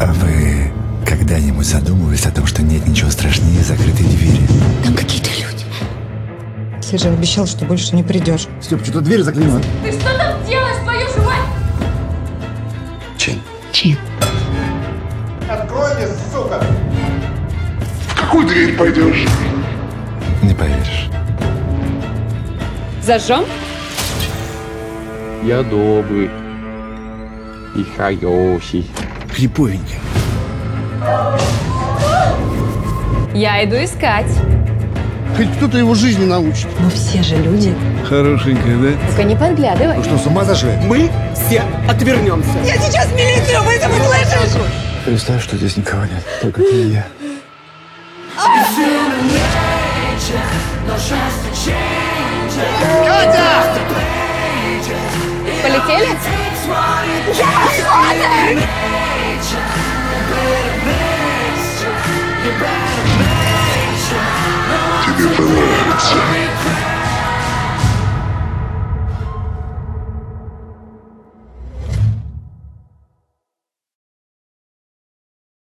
А вы когда-нибудь задумывались о том, что нет ничего страшнее закрытой двери? Там какие-то люди. Ты же обещал, что больше не придешь. Степ, что-то дверь заклинила. Ты что там делаешь, твою же мать? Чин. Чин. Открой мне, сука! Не поверишь. Зажжем? Я добрый и хороший. Криповенький. Я иду искать. Хоть кто-то его жизни научит. Мы все же люди. Хорошенькая, да? Только не подглядывай. Что, с ума зашли? Мы все отвернемся. Представь, что здесь никого нет, только ты и я. Полетели? Тебе понравится.